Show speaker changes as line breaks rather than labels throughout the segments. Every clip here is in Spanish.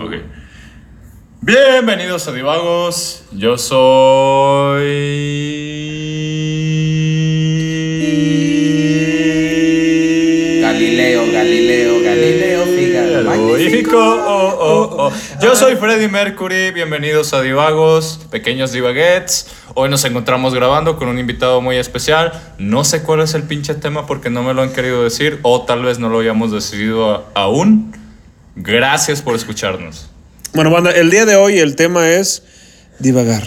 Ok. Bienvenidos a Divagos. Yo soy.
Galileo, Galileo, Galileo,
Eh,
Fígaro,
Magnífico.
magnífico.
Oh, oh, oh. Yo soy Freddy Mercury. Bienvenidos a Divagos, pequeños divaguettes. Hoy nos encontramos grabando con un invitado muy especial. No sé cuál es el pinche tema porque no me lo han querido decir o tal vez no lo hayamos decidido a- aún. Gracias por escucharnos.
Bueno, banda, el día de hoy el tema es divagar.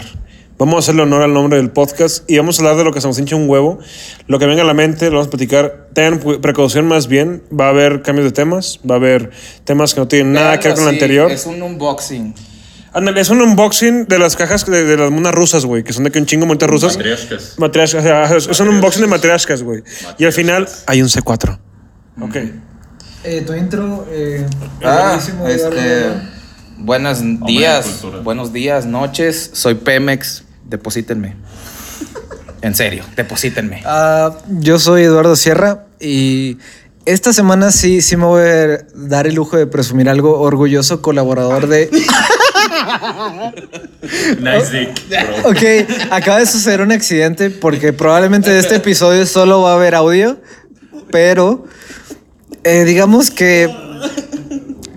Vamos a hacerle honor al nombre del podcast y vamos a hablar de lo que se nos hincha un huevo. Lo que venga a la mente, lo vamos a platicar. Tengan cu- precaución más bien. Va a haber cambios de temas, va a haber temas que no tienen nada que ver
Veanlo
con lo
así,
anterior.
Ah, Es un unboxing.
Ándale, es un unboxing de las cajas de, de las monas rusas, güey, que son de que un chingo monitas rusas.
Matriarcas.
Matriarcas, o sea, es un unboxing de matriarcas, güey. Y al final hay un C4. Ok.
Eh, tu intro, eh,
Ah,
buenísimo,
este.
Eduardo.
Buenos
de
días,
cultura.
buenos días, noches. Soy Pemex. Deposítenme. En serio, deposítenme.
Ah, yo soy Eduardo Sierra y esta semana sí, sí me voy a dar el lujo de presumir algo orgulloso colaborador de...
Nice dick, bro.
Ok, acaba de suceder un accidente porque probablemente de este episodio solo va a haber audio, pero eh, digamos que,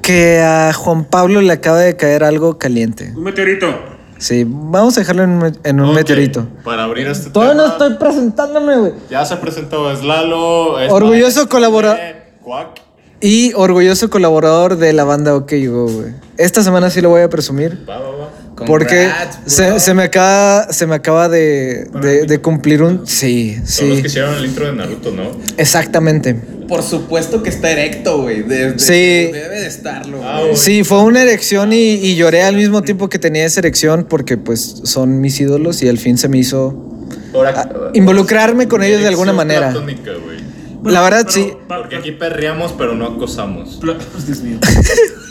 que a Juan Pablo le acaba de caer algo caliente.
Un meteorito.
Sí, vamos a dejarlo en, un me- en un
Ok,
meteorito.
Para abrir este
Todavía no
tema,
estoy presentándome, güey.
Ya se presentó, es Lalo. es
Orgulloso
Mike,
colabora-
eh, Cuac.
Y orgulloso colaborador de la banda OK Go, güey. Esta semana sí lo voy a presumir.
Va, va, va.
Porque
Congrats, bro.
se, se me acaba, se me acaba de, de- de cumplir un... Sí,
Son los
sí.
que hicieron el intro de Naruto, ¿no?
Exactamente.
Por supuesto que está erecto, güey. desde-
Sí.
Debe de estarlo,
Ah,
güey.
güey.
Sí, fue una erección y, y lloré al mismo tiempo que tenía esa erección porque pues son mis ídolos y al fin se me hizo...
Ahora-
Ah, involucrarme con ellos de alguna
Erección
manera.
platónica, güey.
La verdad, sí.
Porque aquí perreamos, pero no acosamos.
Dios mío.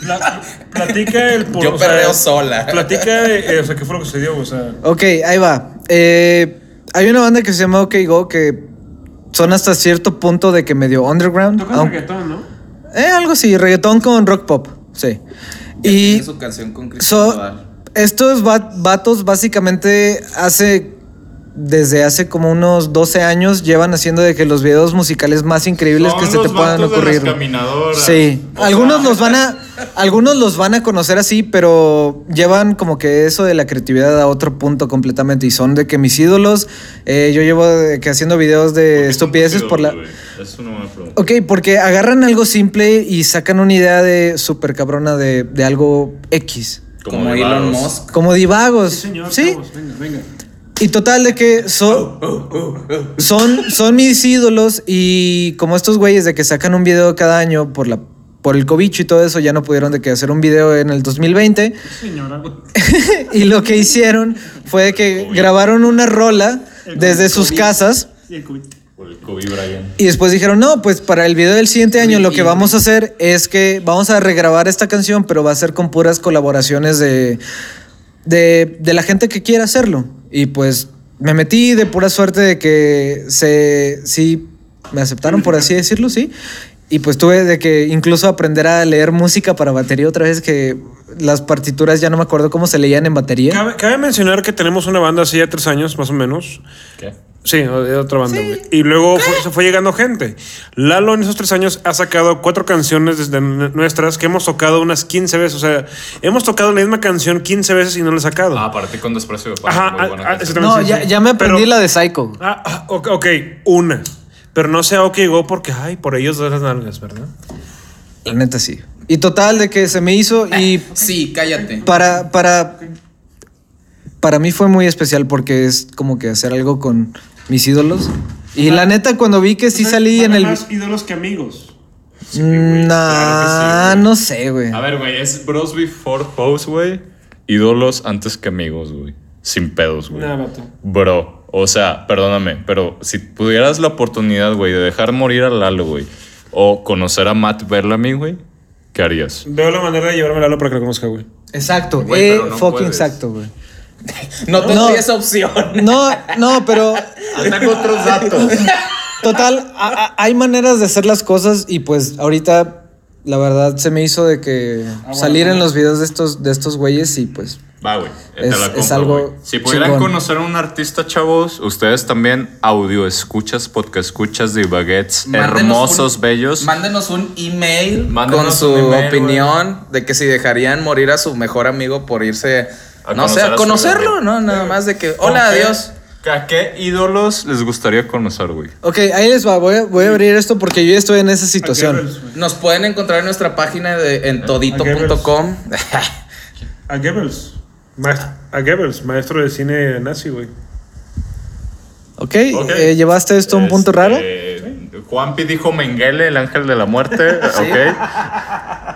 Pla- platica el por-
Yo
o sea,
perreo sola.
Platica, eh, o sea, qué fue lo que sucedió, o sea.
Ok, ahí va. Eh, hay una banda que se llama OK Go que son hasta cierto punto de que medio underground. aun-
¿no?
Eh, algo así, reggaetón con rock pop, sí.
Ya
Y
tiene su canción con Cristian
so-
Nodal.
estos va- vatos básicamente hace, desde hace como unos 12 años, llevan haciendo de que los videos musicales más increíbles
Son
que se
los
te puedan
vatos de
ocurrir.
las caminadoras.
Sí,
O
algunos
sea,
los van a, algunos los van a conocer así, pero llevan como que eso de la creatividad a otro punto completamente y son de que mis ídolos, eh, yo llevo de que haciendo videos de estupideces por la,
güey. Es una buena pregunta.
Ok, porque agarran algo simple y sacan una idea de súper cabrona de, de algo X.
Como,
de
Elon
vagos.
Musk.
Como divagos. Sí,
venga, venga.
Y total de que son, son, son mis ídolos y como estos güeyes de que sacan un video cada año por la por el cobicho y todo eso, ya no pudieron de que hacer un video en el 2020. y lo que hicieron fue de que grabaron una rola desde sus casas.
Por el Kobe Bryant.
Y después dijeron, no, pues para el video del siguiente año lo que vamos a hacer es que vamos a regrabar esta canción, pero va a ser con puras colaboraciones de, de, de la gente que quiera hacerlo. Y pues me metí de pura suerte de que se, sí, me aceptaron, por así decirlo, sí. Y pues tuve de que incluso aprender a leer música para batería otra vez, que las partituras ya no me acuerdo cómo se leían en batería.
Cabe, cabe mencionar que tenemos una banda hace ya tres años, más o menos.
¿Qué?
Sí, de otra banda. güey. Y luego fue- se fue llegando gente. Lalo en esos tres años ha sacado cuatro canciones desde n- nuestras que hemos tocado unas 15 veces. O sea, hemos tocado la misma canción 15 veces y no la he
Oh.
sacado.
Ah, para ti con desprecio de Muy
Ajá, ah,
buena
ah,
canción.
exactamente.
No,
sí,
ya,
sí.
ya me aprendí
Pero-
la de Psycho.
Ah, ah, ok, ok, una. Pero no sea OK Go porque, ay, por ellos das las nalgas, ¿verdad?
La neta sí. Y total de que se me hizo
Eh.
y
Sí, cállate.
Para, para, para mí fue muy especial porque es como que hacer algo con mis ídolos. Y la neta, cuando vi que sí salí en el...
ídolos que amigos.
claro que
Mm,
sí,
Nah,
güey.
no sé, güey.
A ver, güey, es Bros Before Hoes, güey. Ídolos antes que amigos, güey. Sin pedos, güey.
Nada, vato.
Bro. O sea, perdóname, pero si tuvieras la oportunidad, güey, de dejar morir a Lalo, güey, o conocer a Matt Bellamy, güey, ¿qué harías?
Veo la manera de llevarme a Lalo para que lo conozca, güey.
Exacto,
Güey,
eh,
pero no
fucking
puedes.
exacto, güey.
No te
No.
doy esa opción.
No, no, pero
Anda con otros datos.
Total, a- a- hay maneras de hacer las cosas y pues ahorita la verdad se me hizo de que
Ah,
salir en los videos de estos de estos güeyes y pues
Va, güey. te
Es-
la
es
compro,
algo
güey. Si pudieran
chingón.
conocer a un artista, chavos, ustedes también audio escuchas, podcast escuchas de baguettes
Mándenos
hermosos,
un-
bellos.
Mándenos un email
Mándenos
con su
un email,
opinión de que si dejarían morir a su mejor amigo por irse,
A
no sé,
conocer
a
a su
conocerlo,
ídolo.
¿no? Nada más de que, hola,
¿Con qué-
adiós.
¿A qué ídolos les gustaría conocer, güey?
Ok, ahí les va, voy a, voy a abrir esto porque yo ya estoy en esa situación.
Nos pueden encontrar en nuestra página de, en todito.com.
A Goebbels. Maestro, a Goebbels, maestro de cine nazi, güey.
Ok, eh, ¿llevaste esto a un punto
Este,
raro?
Juanpi dijo Mengele, el ángel de la muerte, ok.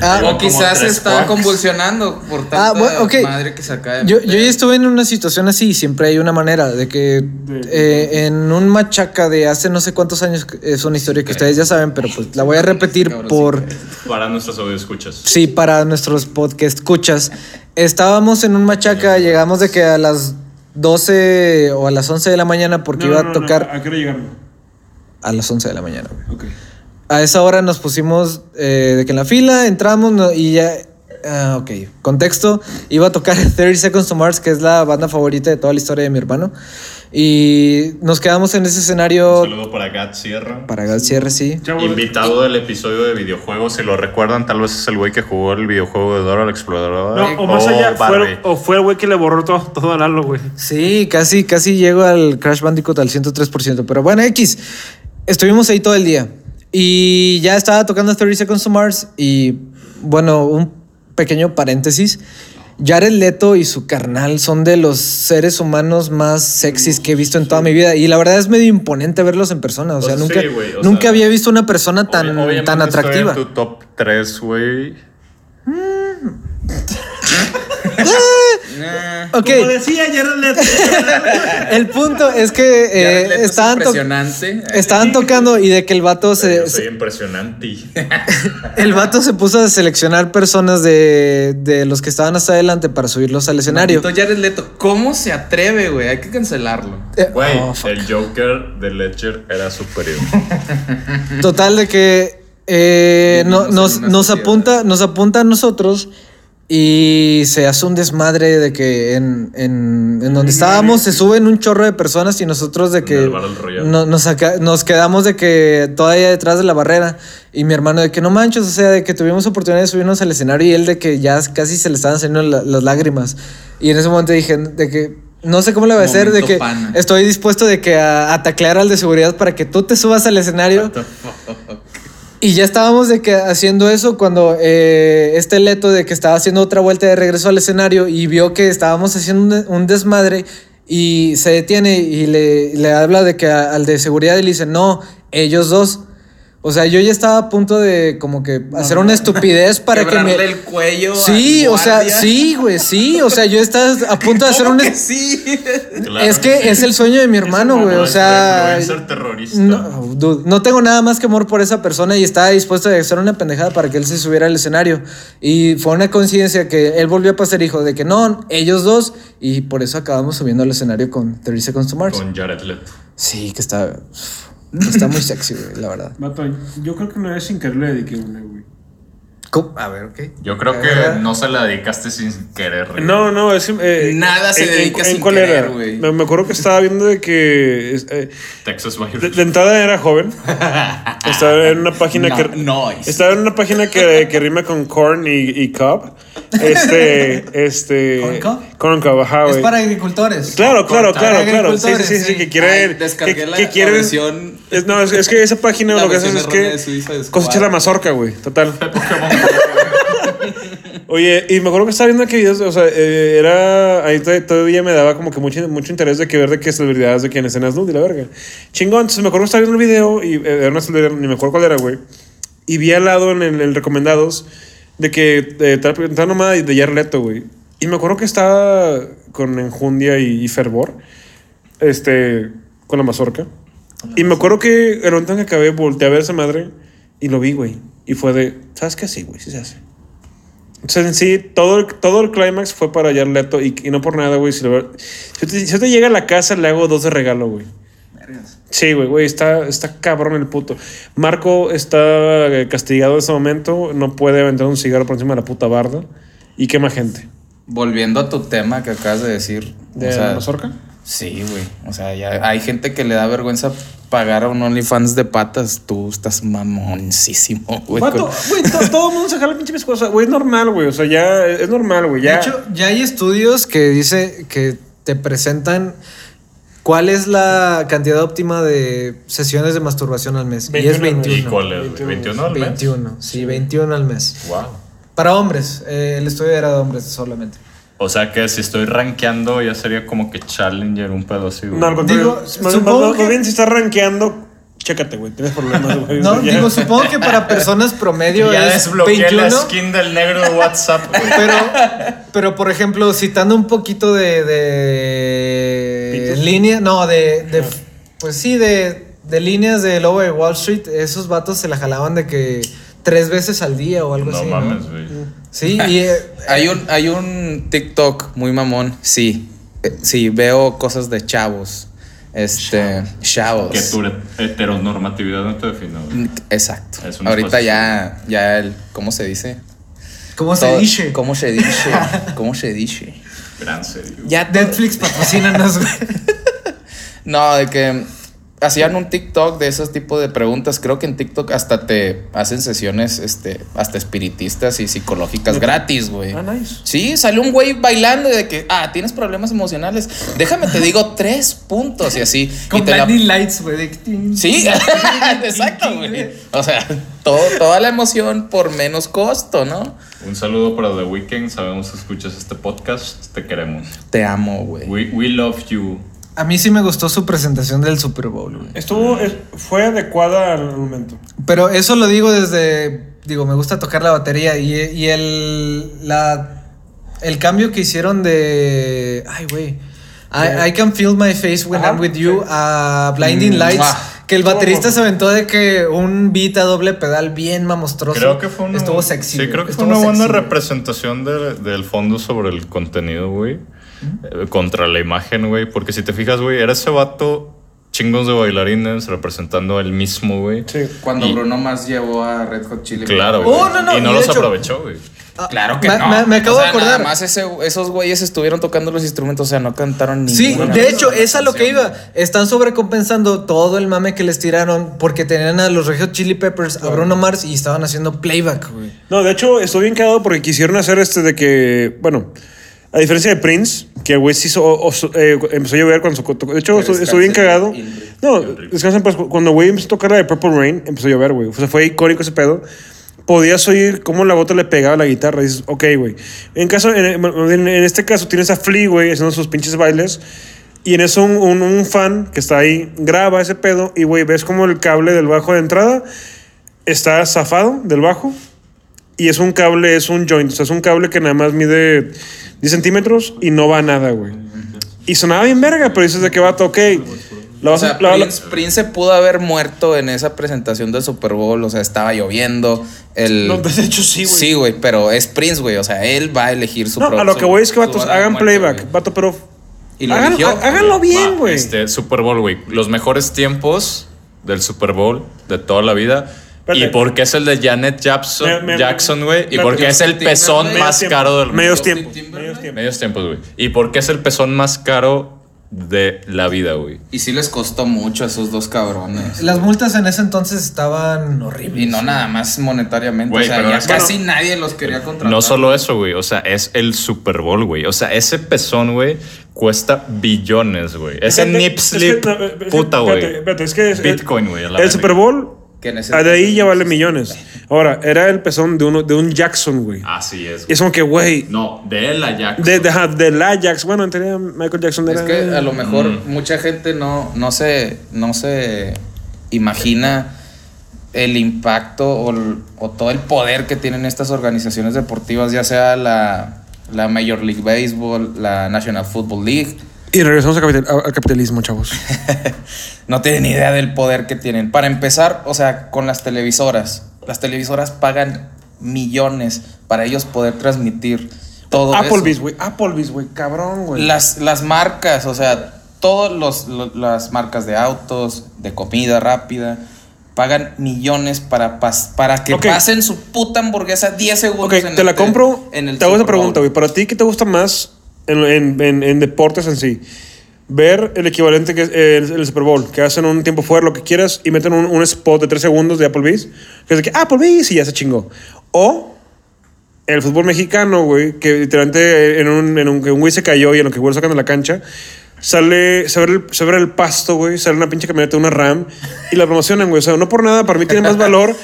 Ah,
o quizás
tres
está
packs.
convulsionando por tanta
Ah, bueno, ok.
madre que se acaba de
Yo,
meter.
yo ya estuve en una situación así y siempre hay una manera de que eh, en un machaca de hace no sé cuántos años, que- es una historia que ustedes ya saben, pero pues la voy a repetir
Cabrón, sí.
por...
Para nuestros audioscuchas.
Sí, para nuestros podcast escuchas. Estábamos en un machaca, llegamos de que a las 12 o a las 11 de la mañana porque iba a tocar
¿A qué hora llegaron?
a las 11 de la mañana. güey.
Ok.
A esa hora nos pusimos eh, de que en la fila entramos no- y ya... ah, ok, contexto. Iba a tocar 30 Seconds to Mars, que es la banda favorita de toda la historia de mi hermano. Y nos quedamos en ese escenario
Un saludo para Gat Sierra.
para el cierre, sí.
Chavos,
Invitado del episodio de videojuegos, si lo recuerdan, tal vez es el güey que jugó el videojuego de Dora la
no,
Exploradora.
o más allá,
Barbie.
fue, o fue el güey que le borró todo, todo al Lalo, güey.
Sí, casi, casi llego al Crash Bandicoot al 103%. Pero bueno, X, estuvimos ahí todo el día. Y ya estaba tocando 30 Seconds to Mars. Y bueno, un pequeño paréntesis. Jared Leto y su carnal son de los seres humanos más sexys que he visto en toda mi vida. Y la verdad es medio imponente verlos en persona. O sea,
Pues sí,
nunca,
güey, o
nunca
sea,
había visto una persona tan,
Obvi- obviamente
tan
estoy
atractiva.
en tu top 3, güey.
Nah.
Ok,
decía Jared Leto.
el punto es que
Ya,
eh,
Atleto es
estaban, to-
impresionante.
estaban tocando y de que el vato
Yo
se,
soy impresionante.
El vato se puso a seleccionar personas de, de los que estaban hasta adelante para subirlos al escenario.
Maldito Jared Leto, ¿cómo se atreve, güey? Hay que cancelarlo.
Eh,
Güey,
oh, fuck.
el Joker de Ledger era superior.
Total de que eh, no-
Vivimos
nos,
en una
nos
sociedad.
apunta, nos apunta a nosotros y se hace un desmadre de que en, en- en donde estábamos se suben un chorro de personas y nosotros de que
el Battle Royale.
no- nos, saca- nos quedamos de que todavía detrás de la barrera y mi hermano de que no manches, o sea, de que tuvimos oportunidad de subirnos al escenario y él de que ya casi se le estaban saliendo la- las lágrimas y en ese momento dije de que no sé cómo le va a hacer de
Momento
que
pana.
estoy dispuesto de que a, a taclear al de seguridad para que tú te subas al escenario y ya estábamos de que haciendo eso cuando eh, este Leto de que estaba haciendo otra vuelta de regreso al escenario y vio que estábamos haciendo un de- un desmadre y se detiene y le, le habla de que a- al de seguridad y le dice, no, ellos dos. O sea, yo ya estaba a punto de como que hacer una estupidez para que me...
Quebrarle el cuello.
Sí,
al
o sea,
guardia.
sí, güey, sí. O sea, yo estaba a punto de hacer
¿Cómo
una...
que sí.
Claro
Es que es el sueño de mi hermano, güey. O sea...
ser terrorista.
No, dude, no tengo nada más que amor por esa persona y estaba dispuesto a hacer una pendejada para que él se subiera al escenario. Y fue una coincidencia que él volvió a pasar hijo de que no, ellos dos, y por eso acabamos subiendo al escenario con 30 Seconds to Mars.
Con Jared Leto.
Sí, que está, está muy sexy, güey, la verdad.
Mato, yo creo que una vez sin querer le dediqué una, güey.
Co- A ver, ok.
Yo creo que no se la dedicaste sin querer. güey.
No, no, es que. eh,
Nada se dedica sin
cuál
querer,
era?
güey.
Me, me acuerdo que estaba viendo de que. es- eh,
Texas
de,
Wildlife.
de entrada era joven. Estaba en una página
No,
que.
noise.
Estaba en una página que, que rima con corn y, y cob. Este. este
¿Corn cob?
Corn cob, ajá,
Es
güey.
para agricultores.
Claro, claro,
Para
claro, claro. Sí, sí,
agricultores,
sí, sí, que quiere.
Ay, descargué
que,
la-
que
la
quiere-
versión-
es- no, es, es que esa página
La
lo que haces
versión
es
errónea
que
de Suiza de
cosecha
Squad.
la mazorca, güey. Total. Oye, y me acuerdo que estaba viendo que videos, o sea, eh, era. Ahí to- todavía me daba como que mucho, mucho interés de que ver de qué celebridades, de quién escenas nude y la verga. Chingón, entonces me acuerdo que estaba viendo el video y eh, era una celebridad, ni me acuerdo cuál era, güey. Y vi al lado en el, en recomendados de que eh, tal, tal nomada de Jared Leto, güey. Y me acuerdo que estaba con enjundia y, y fervor. este, con la mazorca. Y me acuerdo que en un que acabé, volteé a ver esa madre y lo vi, güey. Y fue de, ¿sabes qué? Sí, güey, sí se hace. Entonces, en sí, todo el, todo el clímax fue para Jared Leto y, y no por nada, güey. Si, lo- si te, si te llega a la casa, le hago dos de regalo, güey. Sí, güey, güey, está, está cabrón el puto. Marco está eh, castigado en este momento, no puede aventar un cigarro por encima de la puta barda y quema gente.
Volviendo a tu tema que acabas de decir.
¿De
o sea,
la mazorca?
Sí, güey. O sea, ya hay gente que le da vergüenza pagar a un OnlyFans de patas. Tú estás mamoncísimo, güey.
Vato,
con-
güey, to- todo el mundo se jala pinche pescosa. Güey, es normal, güey. O sea, ya es normal, güey. Ya.
De hecho, ya hay estudios que dice que te presentan cuál es la cantidad óptima de sesiones de masturbación al mes. y es
21 al mes.
¿Y
21.
cuál es? güey? 21 al mes.
21, sí, 21 al mes.
Wow.
Para hombres, eh, el estudio era de hombres solamente.
O sea que si estoy rankeando, ya sería como que Challenger, un pedo así, güey.
no, al contrario.
Digo,
Más- más-
supongo
más- más
que-
bien, si estás rankeando, chécate, güey. Tienes problemas, güey.
No,
O sea, ya.
digo, supongo que para personas promedio
ya
es
desbloqueé
21.
la skin del negro de WhatsApp, güey.
Pero, pero por ejemplo, citando un poquito de, de
Pitos.
línea, no, de, de- pues sí, de, de líneas de Lobo de Wall Street, esos vatos se la jalaban de que tres veces al día o algo
No
así.
mames, güey.
Sí, y eh,
Hay un, hay un TikTok muy mamón. Sí. Eh, Sí, veo cosas de chavos. Este. Chavos.
Que
Pues
tu heteronormatividad no te define, güey.
Exacto.
Es un
Ahorita
espacio.
ya, ya el. ¿Cómo se dice?
¿cómo se
Todo-
dice?
¿Cómo se dice? ¿Cómo se dice?
Gran serio.
Ya
Netflix patrocínanos, güey.
No, de que hacían un TikTok de esos tipos de preguntas. Creo que en TikTok hasta te hacen sesiones este, hasta espiritistas y psicológicas gratis, güey.
Ah, nice.
Sí, salió un güey bailando y de que, ah, tienes problemas emocionales. Déjame, te digo tres puntos y así. y
Con
te la-
blinding lights, güey. de que-
Sí, exacto, güey. O sea, todo, toda la emoción por menos costo, ¿no?
Un saludo para The Weeknd. Sabemos que escuchas este podcast. Te queremos.
Te amo, güey.
We, we love you.
A mí sí me gustó su presentación del Super Bowl, güey.
Estuvo, es- fue adecuada al momento.
Pero eso lo digo desde. Digo, me gusta tocar la batería. Y, y el. La, el cambio que hicieron de. Ay, güey. I, I can feel my face when
Ajá,
I'm with you
sí.
a Blinding
Mm,
Lights.
¡mua!
Que el
Estuvo
baterista
bueno.
se aventó de que un beat a doble pedal bien mamostroso.
Creo que fue una,
Estuvo sexy.
Sí,
güey,
creo que fue
estuvo
una buena
sexy, güey.
representación de- del fondo sobre el contenido, güey. eh, Contra la imagen, güey. Porque si te fijas, güey, era ese vato chingos de bailarines representando a él mismo, güey.
Sí.
Cuando
Y-
Bruno más llevó a Red Hot Chili.
Claro, güey.
Oh, no, no,
y no
y de
los
hecho-
aprovechó, güey.
Ah,
Claro que
me,
no.
Me, me acabo
O sea,
de acordar.
Nada más ese- esos güeyes estuvieron tocando los instrumentos, o sea, no cantaron ni.
Sí, de hecho, es a lo que iba. Están sobrecompensando todo el mame que les tiraron porque tenían a los Regio Chili Peppers, a Bruno Mars y estaban haciendo playback, güey.
No, de hecho, estoy bien cagado porque quisieron hacer este de que, bueno, a diferencia de Prince, que el güey sí hizo- o- o- eh, empezó a llover cuando sacó- tocó- De hecho,
Que
estoy,
descanse
estoy bien
en-
cagado.
en-
No, descansa en paz. Cuando el güey empezó a tocar la de Purple Rain, empezó a llover, güey. O sea, fue icónico ese pedo. Podías oír cómo la gota le pegaba a la guitarra. Y dices, ok, güey. En, caso, en, en- en este caso, tienes a Flea, güey, haciendo sus pinches bailes. Y en eso un, un- un fan que está ahí graba ese pedo y, güey, ves como el cable del bajo de entrada está zafado del bajo y es un cable, es un joint, o sea, es un cable que nada más mide 10 centímetros y no va a nada, güey. Y sonaba bien verga, pero dices de que vato, ok. La
O
vas a-
sea,
la- la-
Prince, Prince se pudo haber muerto en esa presentación del Super Bowl, o sea, estaba lloviendo. El...
No, de hecho sí, güey.
Sí, güey, pero es Prince, güey, o sea, él va a elegir su
No, a lo
su-
que voy es que
su
vatos
banda de
hagan
muerte,
playback,
güey.
vato, pero
Y lo
hagan-
eligió.
ha- háganlo bien,
Va,
güey.
Este, Super Bowl, güey. Los mejores tiempos del Super Bowl de toda la vida.
Espérate.
¿Y por qué es el de Janet Jackson,
Me- me-
Jackson, güey? ¿Y
me-
por qué es el
Justin
pezón
Timberlake.
más
Medios
caro del
tiempos,
mundo?
Medios tiempos.
Justin
Medios
Timberlake.
tiempos.
Medios tiempos, güey. ¿Y por qué es el pezón más caro de la vida, güey?
Y sí les costó mucho a esos dos cabrones.
Las multas en ese entonces estaban horribles.
Y no nada más monetariamente,
Güey,
o sea,
pero
ya
es-
casi nadie los quería contratar.
No solo eso, güey. O sea, es el Super Bowl, güey. O sea, ese pezón, güey, cuesta billones, güey. Ese
Espérate,
nip
es que-
slip,
no, es que-
puta, güey.
espérate, espérate, es que es-
Bitcoin, güey. a la
El
verga.
Super Bowl,
Que en ese
de ahí ya
entonces-
vale millones. Ahora, era el pezón de, uno, de un Jackson, güey.
Así es.
Y
güey.
es como que, güey,
No, de la Jackson.
de, de, ajá, de la Jackson. Bueno, en teoría Michael Jackson
Es
era...
que a lo mejor mucha gente no, no, se, no se imagina el impacto o, el- o todo el poder que tienen estas organizaciones deportivas, ya sea la, la Major League Baseball, la National Football League,
Y regresamos al capital- a- al capitalismo, chavos.
No tienen idea del poder que tienen. Para empezar, o sea, con las televisoras. Las televisoras pagan millones para ellos poder transmitir todo
Applebee's,
eso.
güey. Applebee's, güey. Cabrón, güey.
Las, las marcas, o sea, todas las marcas de autos, de comida rápida, pagan millones para, pas- para que
Ok.
pasen su puta hamburguesa 10 segundos.
Ok,
en
te
el
la compro.
en el
te hago esa
Super Bowl.
pregunta, güey. Para ti, ¿qué te gusta más en, en- en- en deportes en sí? Ver el equivalente que es el, el Super Bowl, que hacen un tiempo fuera, lo que quieras, y meten un, un spot de tres segundos de Applebee's, que es de que Applebee's y ya se chingó. O el fútbol mexicano, güey, que literalmente en un, en un, que un güey se cayó y en lo que güey lo sacan de la cancha, sale, se abre el, se abre el pasto, güey, sale una pinche camioneta, una RAM, y la promocionan, güey. O sea, no por nada, para mí tiene más valor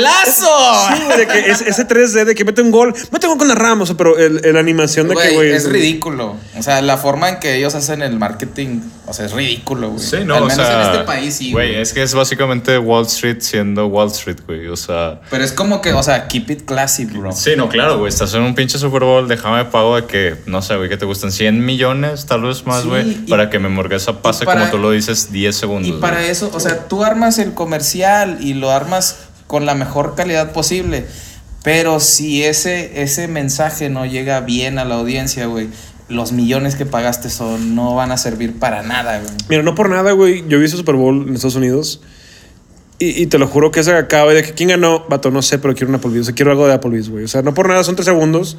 ¡Golalazo!
Sí, güey, de que es- ese 3D de que mete un gol, mete un gol con la rama, o sea, pero el, el animación de
Güey,
que, güey.
es ridículo. O sea, la forma en que ellos hacen el marketing, o sea, es ridículo, güey.
Sí, no,
Al
o
menos
sea,
en este país sí,
Güey, eh.
güey.
es que es básicamente Wall Street siendo Wall Street, güey. O sea.
Pero es como que, o sea, keep it classy, bro.
Sí, no, claro, güey. Estás en un pinche Super Bowl, déjame pago de que, no sé, güey, que te gustan 100 millones, tal vez más,
Sí,
güey,
y-
para que mi hamburguesa pase,
para-
como tú lo dices, 10 segundos.
Y para
güey.
eso, o sea, tú armas el comercial y lo armas con la mejor calidad posible. Pero si ese, ese mensaje no llega bien a la audiencia, güey, los millones que pagaste son, no van a servir para nada, güey.
Mira, no por nada, güey. Yo vi ese Super Bowl en Estados Unidos. Y, y te lo juro que es de acá, güey, de que quién ganó, vato, no sé, pero quiero un Applebee's. O sea, quiero algo de Applebee's, güey. O sea, no por nada, son tres segundos,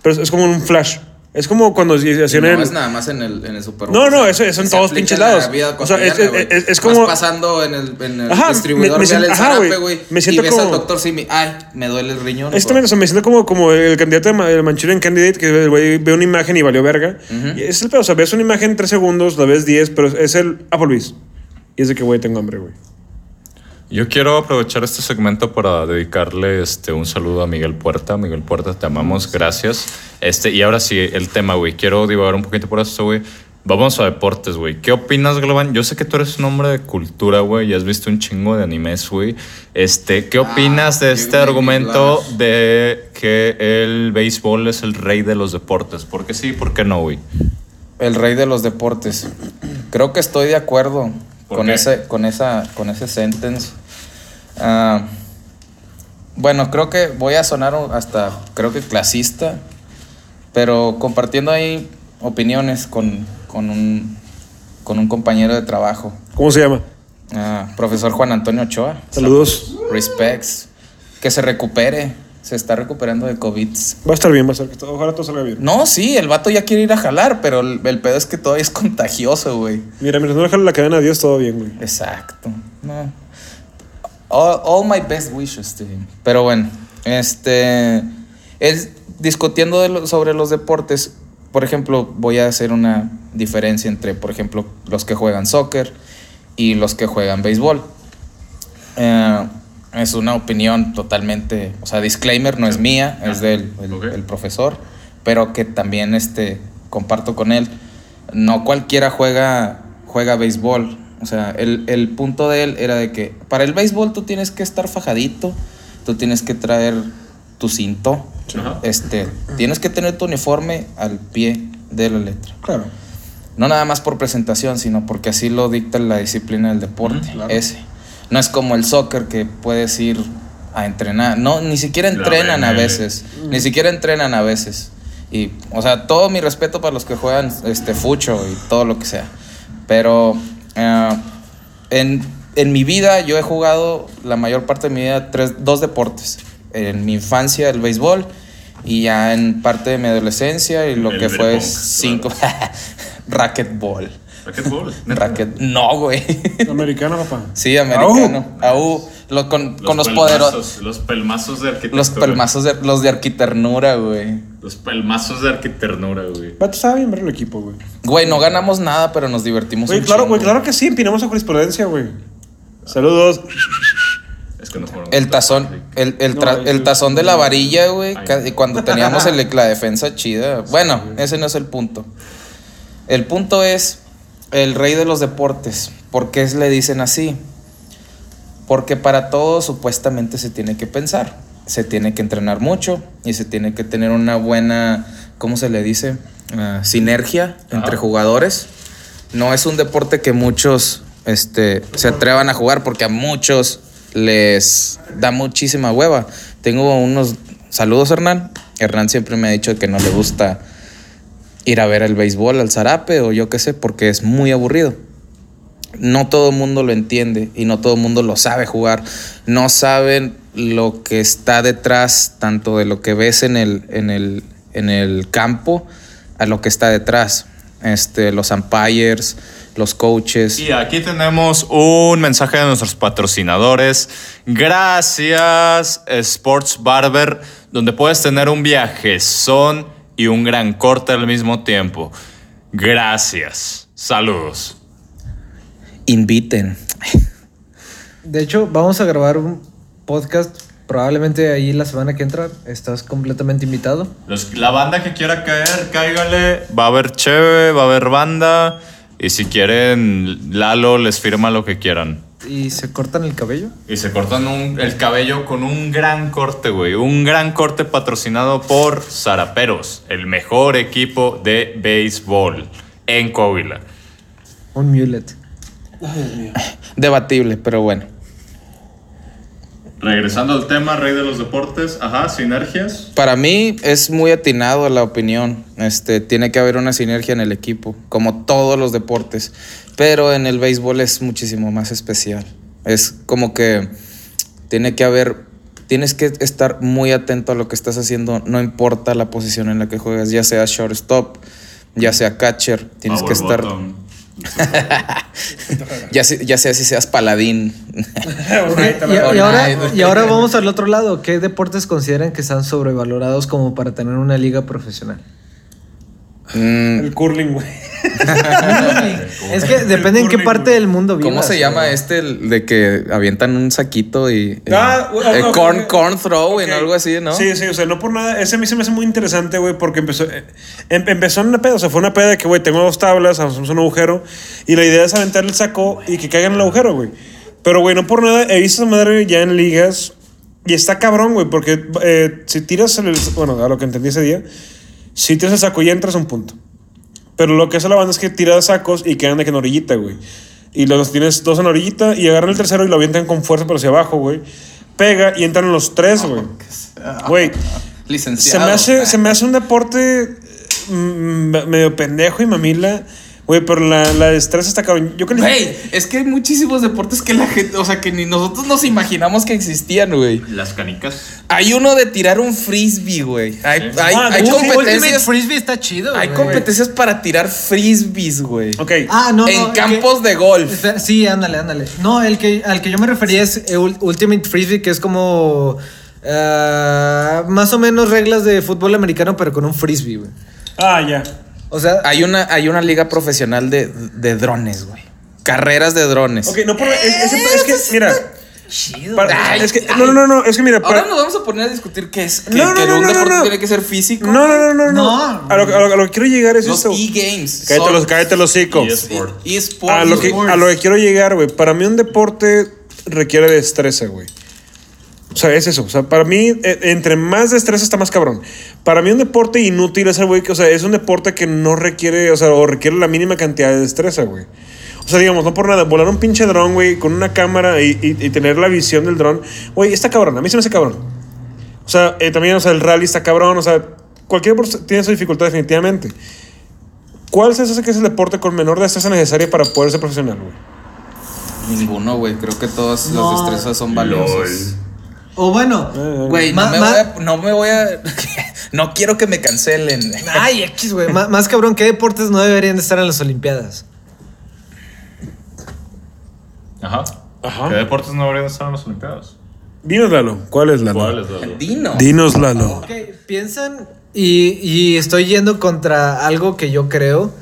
pero es, es como un flash. Es como cuando hacían el.
No es nada más en el, en el Super Bowl.
No,
O
no,
sea,
eso- eso en
se
todos
aplica
pinches
en la
lados.
vida
O sea, es-
cotidiana,
es-
güey.
es- es
Vas
como-
pasando en el, en el
Ajá,
distribuidor
me- me
vial
siento-
del
ajá,
Zarape,
güey.
güey.
Me
Y
siento
ves
como-
al doctor Simi, ay, me duele el riñón.
Eso
güey.
también, o sea, este me siento como, como el candidato de Ma- del Manchurian Candidate, que el güey ve una imagen y valió verga. Y es el pedo, o sea, ves una imagen tres segundos, la ves 10, pero es el Applebee's. Y es de que, güey, tengo hambre, güey.
Yo quiero aprovechar este segmento para dedicarle este, un saludo a Miguel Puerta. Miguel Puerta, te amamos, gracias. Este, y ahora sí, el tema, güey. Quiero divagar un poquito por esto, güey. Vamos a deportes, güey. ¿Qué opinas, Globan? Yo sé que tú eres un hombre de cultura, güey, y has visto un chingo de animes, güey. Este,
Ah,
¿qué opinas de
you
este
made me
argumento
blush.
de que el béisbol es el rey de los deportes? ¿Por qué sí, por qué no, güey?
El rey de los deportes. Creo que estoy de acuerdo
¿Por
con
qué?
ese, con esa, con ese sentence. Ah, bueno, creo que voy a sonar un- hasta, creo que clasista, pero compartiendo ahí opiniones con, con un, con un compañero de trabajo,
¿Cómo se llama?
Ah, profesor Juan Antonio Ochoa.
Saludos.
Respects. Que se recupere. Se está recuperando de COVID.
Va a estar bien, va a estar. que todo- Ojalá todo salga bien.
No, sí, el vato ya quiere ir a jalar, pero el, el pedo es que todavía es contagioso, güey.
Mira, mira, no dejarle la cadena a Dios, todo bien, güey.
Exacto. No. All, all my best wishes to him. Pero bueno, este. Es, discutiendo de lo- sobre los deportes, por ejemplo, voy a hacer una diferencia entre, por ejemplo, los que juegan soccer y los que juegan béisbol. Eh, es una opinión totalmente, o sea, disclaimer, no es mía, es del el-
ok.
el profesor, pero que también este, comparto con él. No cualquiera juega, juega béisbol. O sea, el, el punto de él era de que para el béisbol tú tienes que estar fajadito, tú tienes que traer tu cinto, este, tienes que tener tu uniforme al pie de la letra.
Claro.
No nada más por presentación, sino porque así lo dicta la disciplina del deporte. Ese. No es como el soccer que puedes ir a entrenar. No, ni siquiera
La
entrenan a
BNL.
veces. Ni siquiera entrenan a veces. Y, o sea, todo mi respeto para los que juegan este fucho y todo lo que sea. Pero eh, en, en mi vida yo he jugado la mayor parte de mi vida tres, dos deportes. En mi infancia el béisbol y ya en parte de mi adolescencia y lo
El
que fue
verpunk,
cinco racquetball.
Racquetball.
Racket, no, güey.
Americana, papá.
Sí, americano. Aú, lo con, con los poderosos.
Los pelmazos de arquitectura.
Los pelmazos de, los de arquiternura, güey.
Los pelmazos de arquiternura, güey.
Vato, estaba bien ver el equipo, güey.
Güey, no ganamos nada, pero nos divertimos
Güey,
un
claro,
chingo.
güey, claro que sí, empinamos a jurisprudencia, güey. Saludos.
Es que no fueron
El tazón, el, el tra- el tazón de la varilla, güey,
Ay.
ca- y cuando teníamos el- la defensa chida. Bueno, ese no es el punto. El punto es el rey de los deportes. ¿Por qué le dicen así? Porque para todo supuestamente se tiene que pensar, se tiene que entrenar mucho y se tiene que tener una buena, ¿cómo se le dice? Ah, sinergia entre
Ajá.
jugadores. no es un deporte que muchos este, se atrevan a jugar porque a muchos les da muchísima hueva. Tengo unos saludos, Hernán. Hernán siempre me ha dicho que no le gusta ir a ver el béisbol al zarape o yo qué sé, porque es muy aburrido. No todo el mundo lo entiende y no todo el mundo lo sabe jugar. No saben lo que está detrás, tanto de lo que ves en el, en el, en el campo a lo que está detrás. Este, los umpires, los coaches.
Y aquí tenemos un mensaje de nuestros patrocinadores. Gracias, Sports Barber, donde puedes tener un viaje son y un gran corte al mismo tiempo. Gracias. Saludos.
Inviten.
De hecho, vamos a grabar un podcast. Probablemente ahí la semana que entra estás completamente invitado.
Los- la banda que quiera caer, cáigale. Va a haber cheve, va a haber banda. Y si quieren, Lalo les firma lo que quieran.
¿Y se cortan el cabello?
Y se cortan un- el cabello con un gran corte, güey. Un gran corte patrocinado por Zaraperos, el mejor equipo de béisbol en Coahuila.
Un mulet.
Debatible, pero bueno.
Regresando al tema, rey de los deportes, ajá, sinergias.
Para mí es muy atinado la opinión. Este, tiene que haber una sinergia en el equipo, como todos los deportes. Pero en el béisbol es muchísimo más especial. Es como que tiene que haber, tienes que estar muy atento a lo que estás haciendo, no importa la posición en la que juegas, ya sea shortstop, ya sea catcher,
Ah,
tienes que estar, ya, se- ya sea si seas paladín.
Y, y ahora,
Fortnite.
y ahora vamos al otro lado. ¿Qué deportes consideran que están sobrevalorados como para tener una liga profesional?
Mm,
El curling, güey.
es que depende en qué parte del mundo vivas.
¿Cómo se llama
güey.
este el de que avientan un saquito y y-
Ah, u-
eh,
ok,
corn
ok.
corn throw en
Ok.
algo así, ¿no?
Sí, sí, o sea, no por nada. Ese a mí se me hace muy interesante, güey, porque empezó, eh, em- empezó en una peda. O sea, fue una peda de que, güey, tengo dos tablas, hacemos un agujero. Y la idea es aventar el saco y que caigan en el agujero, güey. Pero, güey, no por nada. He visto esa madre ya en ligas. Y está cabrón, güey, porque eh, si tiras el. Bueno, a lo que entendí ese día, si tiras el saco y entras a un punto. Pero lo que hace la banda es que tira sacos y quedan de que en orillita, güey. Y los tienes dos en orillita y agarran el tercero y lo avientan con fuerza pero hacia abajo, güey. Pega y entran los tres, güey. Güey, se
Licenciado. Ah.
me hace, se me hace un deporte mm, medio pendejo y mamila. Güey, pero la, la destreza está cabrón. Yo califico-
Güey, es que hay muchísimos deportes que la gente, o sea, que ni nosotros nos imaginamos que existían, güey.
Las canicas.
Hay uno de tirar un frisbee, güey. Hay, hay,
Ah,
hay
de hecho,
competencias,
Frisbee está chido.
hay
güey.
competencias para tirar frisbees, güey.
Ok.
Ah, no,
en
no,
campos
que-
de golf.
Espera, Sí, ándale, ándale. No, el que, al que yo me refería es eh, Ul- Ultimate Frisbee, que es como. ah, más o menos reglas de fútbol americano, pero con un frisbee, güey.
Ah, ya.
O sea,
Hay una, hay una liga profesional de, de drones, güey. Carreras de drones.
Ok, no por. es- es, es que, mira.
chido.
para-
Ay,
es que,
ay.
no, no, no, no. Es que, mira.
Ahora
para-
nos vamos a poner a discutir qué es. Que,
No, no,
que
no,
un
no,
deporte
no.
tiene que ser físico.
No, no, no, no. no.
No.
A, lo, a lo- a lo que quiero llegar es
Los
eso.
e-games.
Cállate
son-
los, cállate los hocico.
e- eSports.
A lo, que,
eSports.
a lo que quiero llegar, güey. Para mí un deporte requiere destreza, güey. O sea, es eso. O sea, para mí, eh, entre más destreza está más cabrón. Para mí un deporte inútil es el güey que, o sea, es un deporte que no requiere, o sea, o requiere la mínima cantidad de destreza, güey. O sea, digamos, no por nada, volar un pinche dron, güey, con una cámara y, y- y tener la visión del dron, güey, está cabrón. A mí se me hace cabrón. O sea, eh, también, o sea, el rally está cabrón. O sea, cualquier deporte tiene su dificultad definitivamente. ¿Cuál se hace que es el deporte con menor destreza necesaria para poder ser profesional, güey?
Ninguno, güey. Creo que todas
No.
las destrezas son valiosas.
O bueno,
Güey, no,
ma-
me
ma-
voy a- no me voy a. no quiero que me cancelen.
Ay, X, güey. Ma- más cabrón, ¿qué deportes no deberían de estar en las Olimpiadas?
Ajá. ¿Qué deportes no deberían estar en los Olimpiadas?
Dinos, Lalo. ¿Cuál es Lalo?
¿Cuáles, Lalo?
Dino.
Dinos, Lalo.
Ok, piensan, y, y estoy yendo contra algo que yo creo.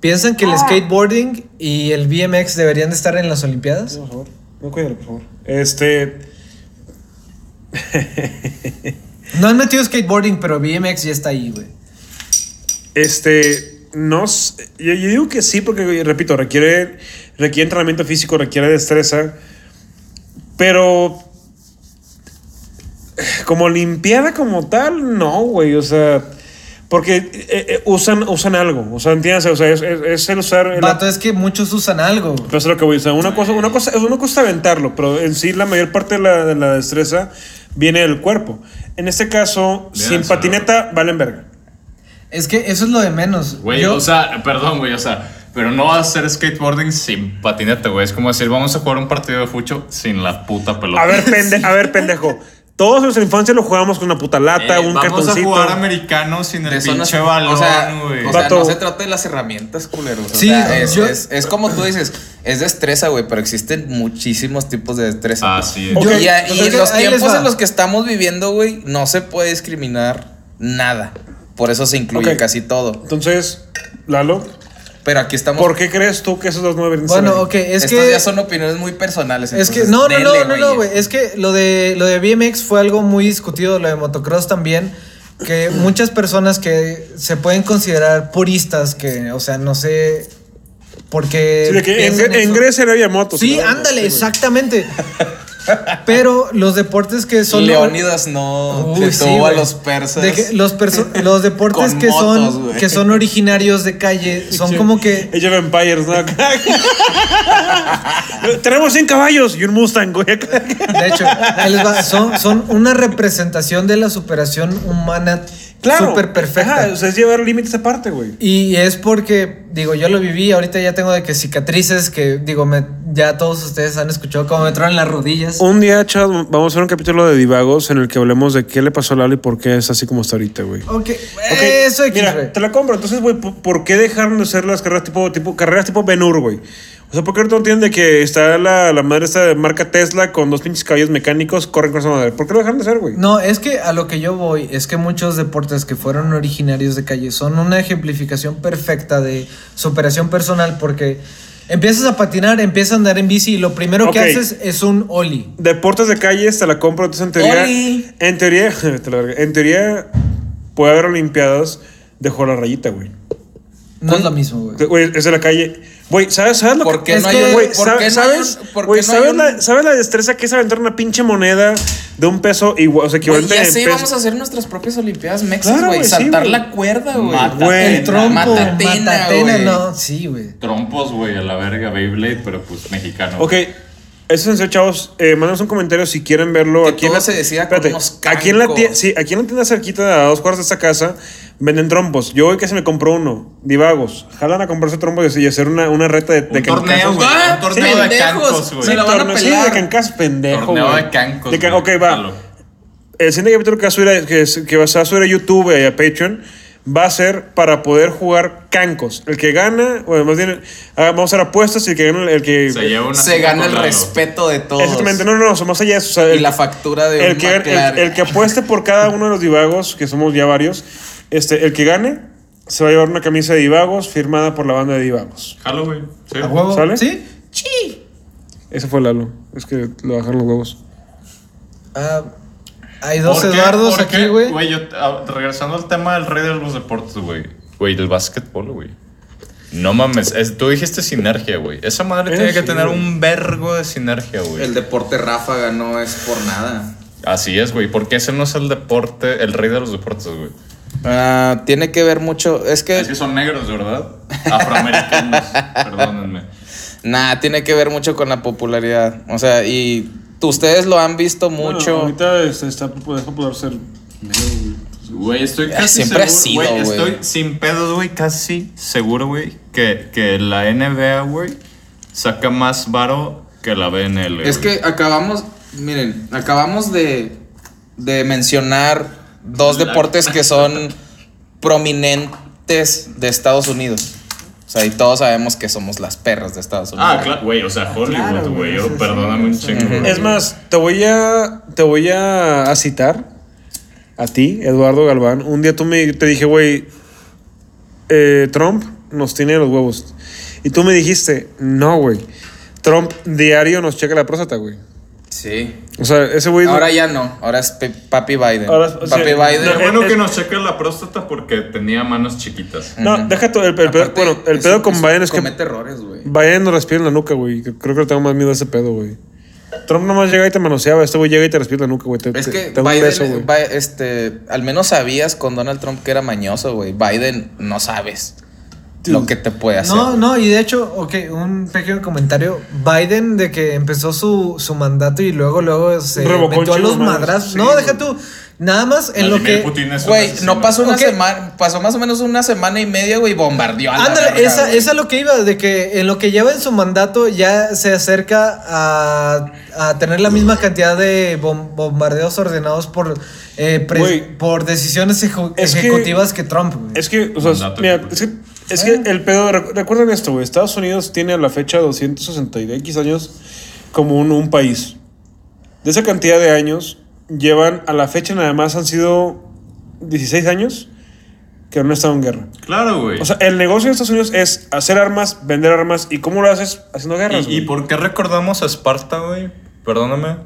¿Piensan que el skateboarding y el BMX deberían de estar en las Olimpiadas?
Por favor. No, cuídalo, por favor. Este.
No han metido skateboarding, pero BMX ya está ahí, güey.
Este. No. s- Yo, yo digo que sí, porque, güey, repito, requiere, requiere entrenamiento físico, requiere destreza. Pero. Como limpiada como tal, no, güey. O sea. Porque eh, eh, usan, usan algo. O sea, entiendes, o sea, es, es- es el usar. el-
Vato, es que muchos usan algo. güey.
pero eso es lo que voy. O sea, una cosa, una cosa, una cosa es aventarlo, pero en sí la mayor parte de la, de la destreza viene del cuerpo. En este caso,
Bien,
sin
sí.
patineta, valen verga.
Es que eso es lo de menos.
Güey,
Yo-
o sea, perdón, güey, o sea, pero no vas a hacer skateboarding sin patineta, güey. Es como decir, vamos a jugar un partido de fucho sin la puta pelota.
A ver, pende- a ver, pendejo. Todos en nuestra infancia lo jugábamos con una puta
Eh,
lata, un
vamos
cartoncito.
a jugar americano sin el
De eso no
pinche
se-
balón,
o sea,
güey.
o sea,
Vato.
no se trata de las herramientas, culeros.
Sí,
o sea, es,
yo-
es- es como tú dices, es destreza, güey, pero existen muchísimos tipos de destreza.
Ah,
Así es.
Ok,
Y, a- y
entonces,
los
ahí les
tiempos
va.
en los que estamos viviendo, güey, no se puede discriminar nada. Por eso se incluye
Ok.
casi todo.
Entonces, Lalo,
Pero aquí estamos.
¿por qué crees tú que esos dos no deberían ser
bueno,
ahí?
ok, es
Estos
que.
ya son opiniones muy personales.
Es que,
entonces,
no, no,
denle,
no, no, no, güey. Es que lo de, lo de BMX fue algo muy discutido, lo de motocross también. Que muchas personas que se pueden considerar puristas, que, o sea, no sé por qué.
Sí, de que en,
piensan
en
eso.
Grecia no había motos.
Sí,
¿no?
ándale,
Sí, güey.
exactamente. Pero los deportes que son.
Leónidas no
Uy, sí,
detuvo a
güey.
los persas.
De que los, perso- los deportes
Con
que,
motos,
son,
güey.
que son originarios de calle son como que.
Age of Empires, ¿no? Tenemos 100 caballos y un Mustang, güey.
De hecho, ahí les va, son, son una representación de la superación humana
claro.
súper perfecta.
Ajá, o sea, es llevar límites aparte, güey.
Y es porque, digo, yo lo viví, ahorita ya tengo de que cicatrices que, digo, me, ya todos ustedes han escuchado cómo me traen las rodillas.
Un día, chavos, vamos a hacer un capítulo de divagos en el que hablemos de qué le pasó a Lalo y por qué es así como está ahorita, güey.
Ok,
Ok,
eso X, güey.
eh, Mira, te la compro. Entonces, güey, ¿por, por qué dejaron de hacer las carreras tipo, tipo carreras tipo Benur, güey? O sea, ¿por qué ahorita no entienden de que está la, la madre esta de marca Tesla con dos pinches caballos mecánicos corren con esa madre? ¿Por qué lo dejaron de hacer, güey?
No, es que a lo que yo voy es que muchos deportes que fueron originarios de calle son una ejemplificación perfecta de superación personal porque empiezas a patinar, empiezas a andar en bici y lo primero
Ok.
que haces es un ollie.
Deportes de calle, te la compro. Entonces, en teoría.
¡Oli!
En teoría, te la verga, en teoría, puede haber Olimpiadas de jugar la rayita, güey.
No es lo mismo, güey.
Güey, es de la calle. Güey, ¿sabes, ¿sabes lo
¿Por
que
qué
es
no
que,
hay un-
Güey,
por qué
¿sabes?
no hay un-
¿sabes?
por qué
Güey,
no hay
¿sabes
un-
la, ¿sabes la destreza que es aventar una pinche moneda de un peso igual, o
Güey,
sea, equivalente
y
en
así
peso?
vamos a hacer nuestras propias Olimpiadas Mexas,
Claro,
güey.
güey, sí,
Saltar
güey.
la cuerda, güey.
Matatena.
Güey.
El trompo,
Matatena,
matatena,
güey.
no. Sí, güey.
¿Eh?
Trompos, güey, a la verga, Beyblade, pero pues mexicano.
Ok. Eso es en serio, chavos. Eh, mándanos un comentario si quieren verlo.
Que
aquí en
todo
la,
se decida con unos cancos.
aquí en la tienda, sí, aquí en la tienda cerquita a dos cuadras de esta casa venden trompos. Yo hoy que se me compró uno. Divagos. Jalan a comprarse trompos y así, y hacer una, una reta de, de
Un torneo,
cancazos.
güey.
Ah,
Un torneo de
pendejos.
cancos, güey.
Se la van a
torneo- sí,
pelar.
de cancas, pendejo.
Torneo
güey.
de cancos.
De can- ok,
güey,
va.
jalo.
El siguiente capítulo que vas a subir a, que, es- que vas a subir a YouTube y a Patreon va a ser para poder jugar cancos. El que gana, bueno, más bien, ah, vamos a hacer apuestas y el que gana, el que.
Se lleva una
Se gana el
Lalo.
respeto de todos.
Exactamente, no, no, no, más allá de eso. o sea,
Y
el-
la factura de
el
un
que, gan- el,
McLaren.
el que apueste por cada uno de los divagos, que somos ya varios, este, el que gane se va a llevar una camisa de divagos firmada por la banda de divagos.
Jalo, güey. Sí.
¿A huevo?
¿Sale?
¿Sí?
Ese fue Lalo. Es que lo bajaron los huevos.
Ah, hay dos
¿Por qué?
Eduardos
¿Por
aquí,
qué?
güey.
yo, ah, regresando al tema del rey de los deportes, güey. Güey, el básquetbol, güey. No mames, es- tú dijiste sinergia, güey. Esa madre
Eh,
tiene que
sí,
tener
güey.
un vergo de sinergia,
El
güey.
deporte ráfaga no es por nada.
Así es, güey. Porque ese no es el deporte, el rey de los deportes, güey.
Ah, tiene que ver mucho. Es que.
Es que son negros, ¿verdad? Afroamericanos, perdónenme.
Nah, tiene que ver mucho con la popularidad. O sea, y tú- ustedes lo han visto mucho.
ahorita este, está, poder ser.
Güey, estoy casi
siempre ha
seguro,
sido,
güey,
güey.
Estoy sin pedos, güey, casi seguro, güey, que, que la NBA, güey, saca más varo que la BNL.
es
güey.
que acabamos. Miren, acabamos de, de mencionar dos deportes que son prominentes de Estados Unidos. O sea, y todos sabemos que somos las perras de Estados Unidos.
Ah, claro, güey, o sea, Hollywood,
Claro,
güey.
güey,
yo-
sí, sí,
perdóname un chingo. güey.
Es más, te voy a. Te voy a, a citar a ti, Eduardo Galván. Un día tú me te dije, güey. eh, Trump nos tiene los huevos. Y tú me dijiste, no, güey. Trump diario nos checa la próstata, güey.
Sí.
O sea, ese güey.
Ahora ya no. Ahora es pe- Papi Biden.
Ahora es- o
papi
sea,
Biden.
Lo
no,
bueno
es-
que nos cheque la próstata porque tenía manos chiquitas.
No, deja todo. El, el pedo,
Aparte,
bueno, el
eso-
pedo con
eso
Biden es que
Comete errores, güey.
Biden nos respira en la nuca, güey. Creo que le tengo más miedo a ese pedo, güey. Trump nomás llega y te manoseaba. Este güey llega y te respira la nuca, güey. Te,
Es
te-
que
te da un
Biden,
beso, güey.
Bi- este, al menos sabías con Donald Trump que era mañoso, güey. Biden no sabes lo que te puede hacer.
No, no, y de hecho, ok, un pequeño comentario. Biden, de que empezó su, su mandato y luego, luego se
Revocó
metió a
un chingo
los
de madres.
madrazos.
Sí,
no,
güey.
deja tú. Nada más en lo
Vladimir
que.
Putin es un
Güey,
asesino.
no pasó una
Ok.
semana, pasó más o menos una semana y media, güey, y bombardeó a la
Ándale,
verga,
esa,
güey.
esa es lo que iba, de que en lo que lleva en su mandato ya se acerca a, a tener la misma cantidad de bom- bombardeos ordenados por, eh, pres-
Güey.
por decisiones ejecu-
Es que-
ejecutivas que, Trump. güey.
Es que, o sea,
Mandato
mira,
ejecutivo.
es que, es que el pedo, recu- recuerden esto, güey, Estados Unidos tiene a la fecha 260 y X años como un, un país. De esa cantidad de años, llevan a la fecha nada más han sido 16 años que no han estado en guerra.
Claro, güey.
O sea, el negocio de Estados Unidos es hacer armas, vender armas, ¿y cómo lo haces? Haciendo guerras,
¿Y, y
güey.
por qué recordamos a Esparta, güey? Perdóname.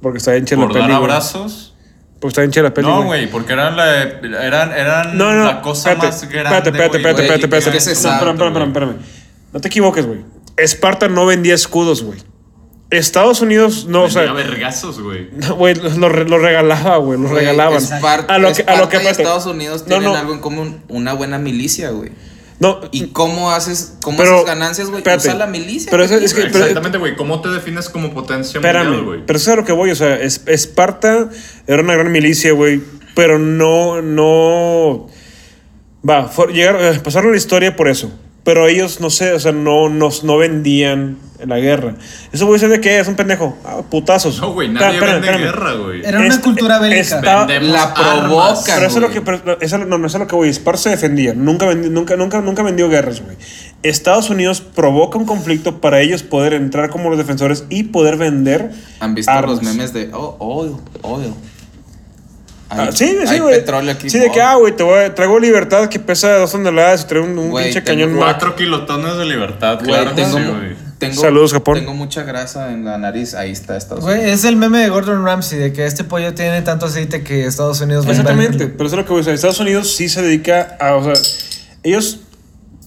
Porque está en chela
Por dar
peli, güey.
abrazos.
Porque está en chela peli,
No,
güey.
güey, porque eran la, eran, eran
No, no,
la cosa
espérate,
más grande.
Espérate, espérate,
güey,
espérate, espérate,
que
espérate.
¿qué
hizo
es
la-
esa?
No, espérame, espérame, espérame, espérame. No te equivoques, güey. Esparta no vendía escudos, güey. Estados Unidos no, o sea,
Tenía vergazos, güey.
no, güey, lo, re- lo regalaba, güey, lo
Güey,
regalaban.
Espar-
a lo que, a lo
Esparta y
que aparte-
Estados Unidos
No,
tienen
no,
algo en común, una buena milicia, güey.
No,
¿Y cómo haces, cómo
Pero-
haces ganancias, güey?
espérate.
Usa la milicia.
Pero eso
güey.
es que- pero-
Exactamente, güey. ¿Cómo te defines como potencia mundial,
espérame,
güey?
pero eso es a lo que voy, o sea, es- Esparta era una gran milicia, güey, pero no, no, va, fue- llegaron, eh, pasaron la historia por eso, pero ellos, no sé, o sea, no, nos no vendían la guerra. Eso voy a decir de qué, es un pendejo, Ah, putazos.
No, güey,
Espera,
nadie
espérame,
vende
espérame.
guerra, güey.
Era una
Este-
cultura bélica.
esta-
Vendemos
La
armas.
provocan.
Pero eso es lo
güey.
que. pero eso es lo- no, no, eso es lo que voy. Spar se defendía. Nunca, vendi- nunca, nunca, nunca vendió guerras, güey. Estados Unidos provoca un conflicto para ellos poder entrar como los defensores y poder vender.
¿Han visto
armas.
los memes de oh, oil, oil?
Ah,
Hay-
sí, sí,
hay
güey.
petróleo aquí.
Sí, de
oh,
que, ah, güey, te voy a- traigo libertad que pesa dos toneladas y traigo un, un
Güey,
pinche
tengo
cañón.
cuatro-
Cuatro kilotones de libertad,
güey,
claro que
tengo,
sí,
mu-
güey.
tengo-
Saludos, Japón.
Tengo mucha grasa en la nariz. Ahí está Estados Unidos.
Güey, es el meme de Gordon Ramsay, de que este pollo tiene tanto aceite que Estados Unidos va a
Exactamente.
invadir.
Pero eso es lo que voy a decir. Estados Unidos sí se dedica a. O sea, ellos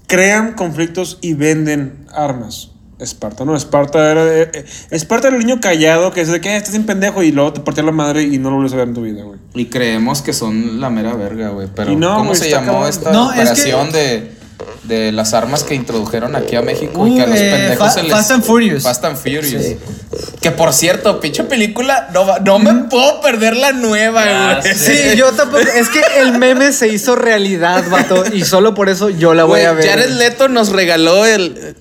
crean conflictos y venden armas. Esparta, no, Esparta era, de- eh, Esparta era el niño callado que es de que "Eh, estás un pendejo y luego te partía la madre y no lo vuelves a ver en tu vida, güey.
Y creemos que son la mera verga, güey. Pero
Y no,
¿cómo
güey,
se
está
llamó
cabrón.
esta
No, es que-
operación de, de las armas que introdujeron aquí a México y
Uh,
que a los
eh,
pendejos
Fa-
se les...
Fast and Furious.
Fast and Furious. Que por cierto, pinche película, no, va- no me puedo perder la
Ya
nueva, güey.
sé.
Sí, yo tampoco. Es que el meme se hizo realidad, vato. Y solo por eso yo la voy
Ah, Güey,
a ver.
Jared Leto nos regaló el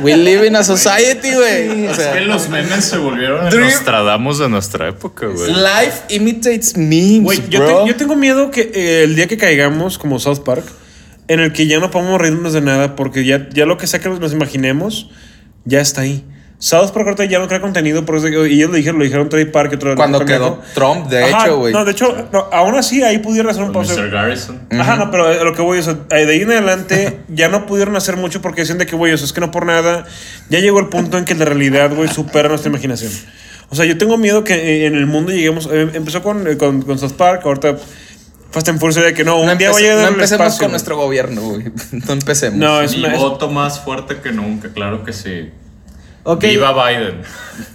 We Live in a Society, güey. O
Es que
sea,
los memes se volvieron el
Dream-
Nostradamus de nuestra época, güey.
life imitates memes,
Güey, yo,
bro.
te- yo tengo miedo que eh, el día que caigamos, como South Park, en el que ya no podemos reírnos de nada, porque ya, ya lo que sea que nos imaginemos, ya está ahí. South Park ahorita ya no crea contenido, por eso, y ellos lo dijeron, lo dijeron Trey Park, otro
Cuando
otro
quedó
pendejo.
Trump, de
Ajá,
hecho, güey.
No, de hecho, no, aún así ahí pudieron hacer un
Con
pause.
Mr. Garrison.
Ajá, no, pero a lo que voy es, eh, de ahí en adelante ya no pudieron hacer mucho porque decían de que, güey, o sea, es que no por nada, ya llegó el punto en que la realidad, güey, supera nuestra imaginación. O sea, yo tengo miedo que eh, en el mundo lleguemos, eh, empezó con, eh, con, con South Park, ahorita Fast and Furious, de que no, un
No,
día
empece-
voy a llegar
no
al
empecemos
espacio,
con
güey.
nuestro gobierno, güey. No empecemos.
No, es
Mi
una... es-
voto más fuerte que nunca, claro que sí.
Ok,
Viva Biden.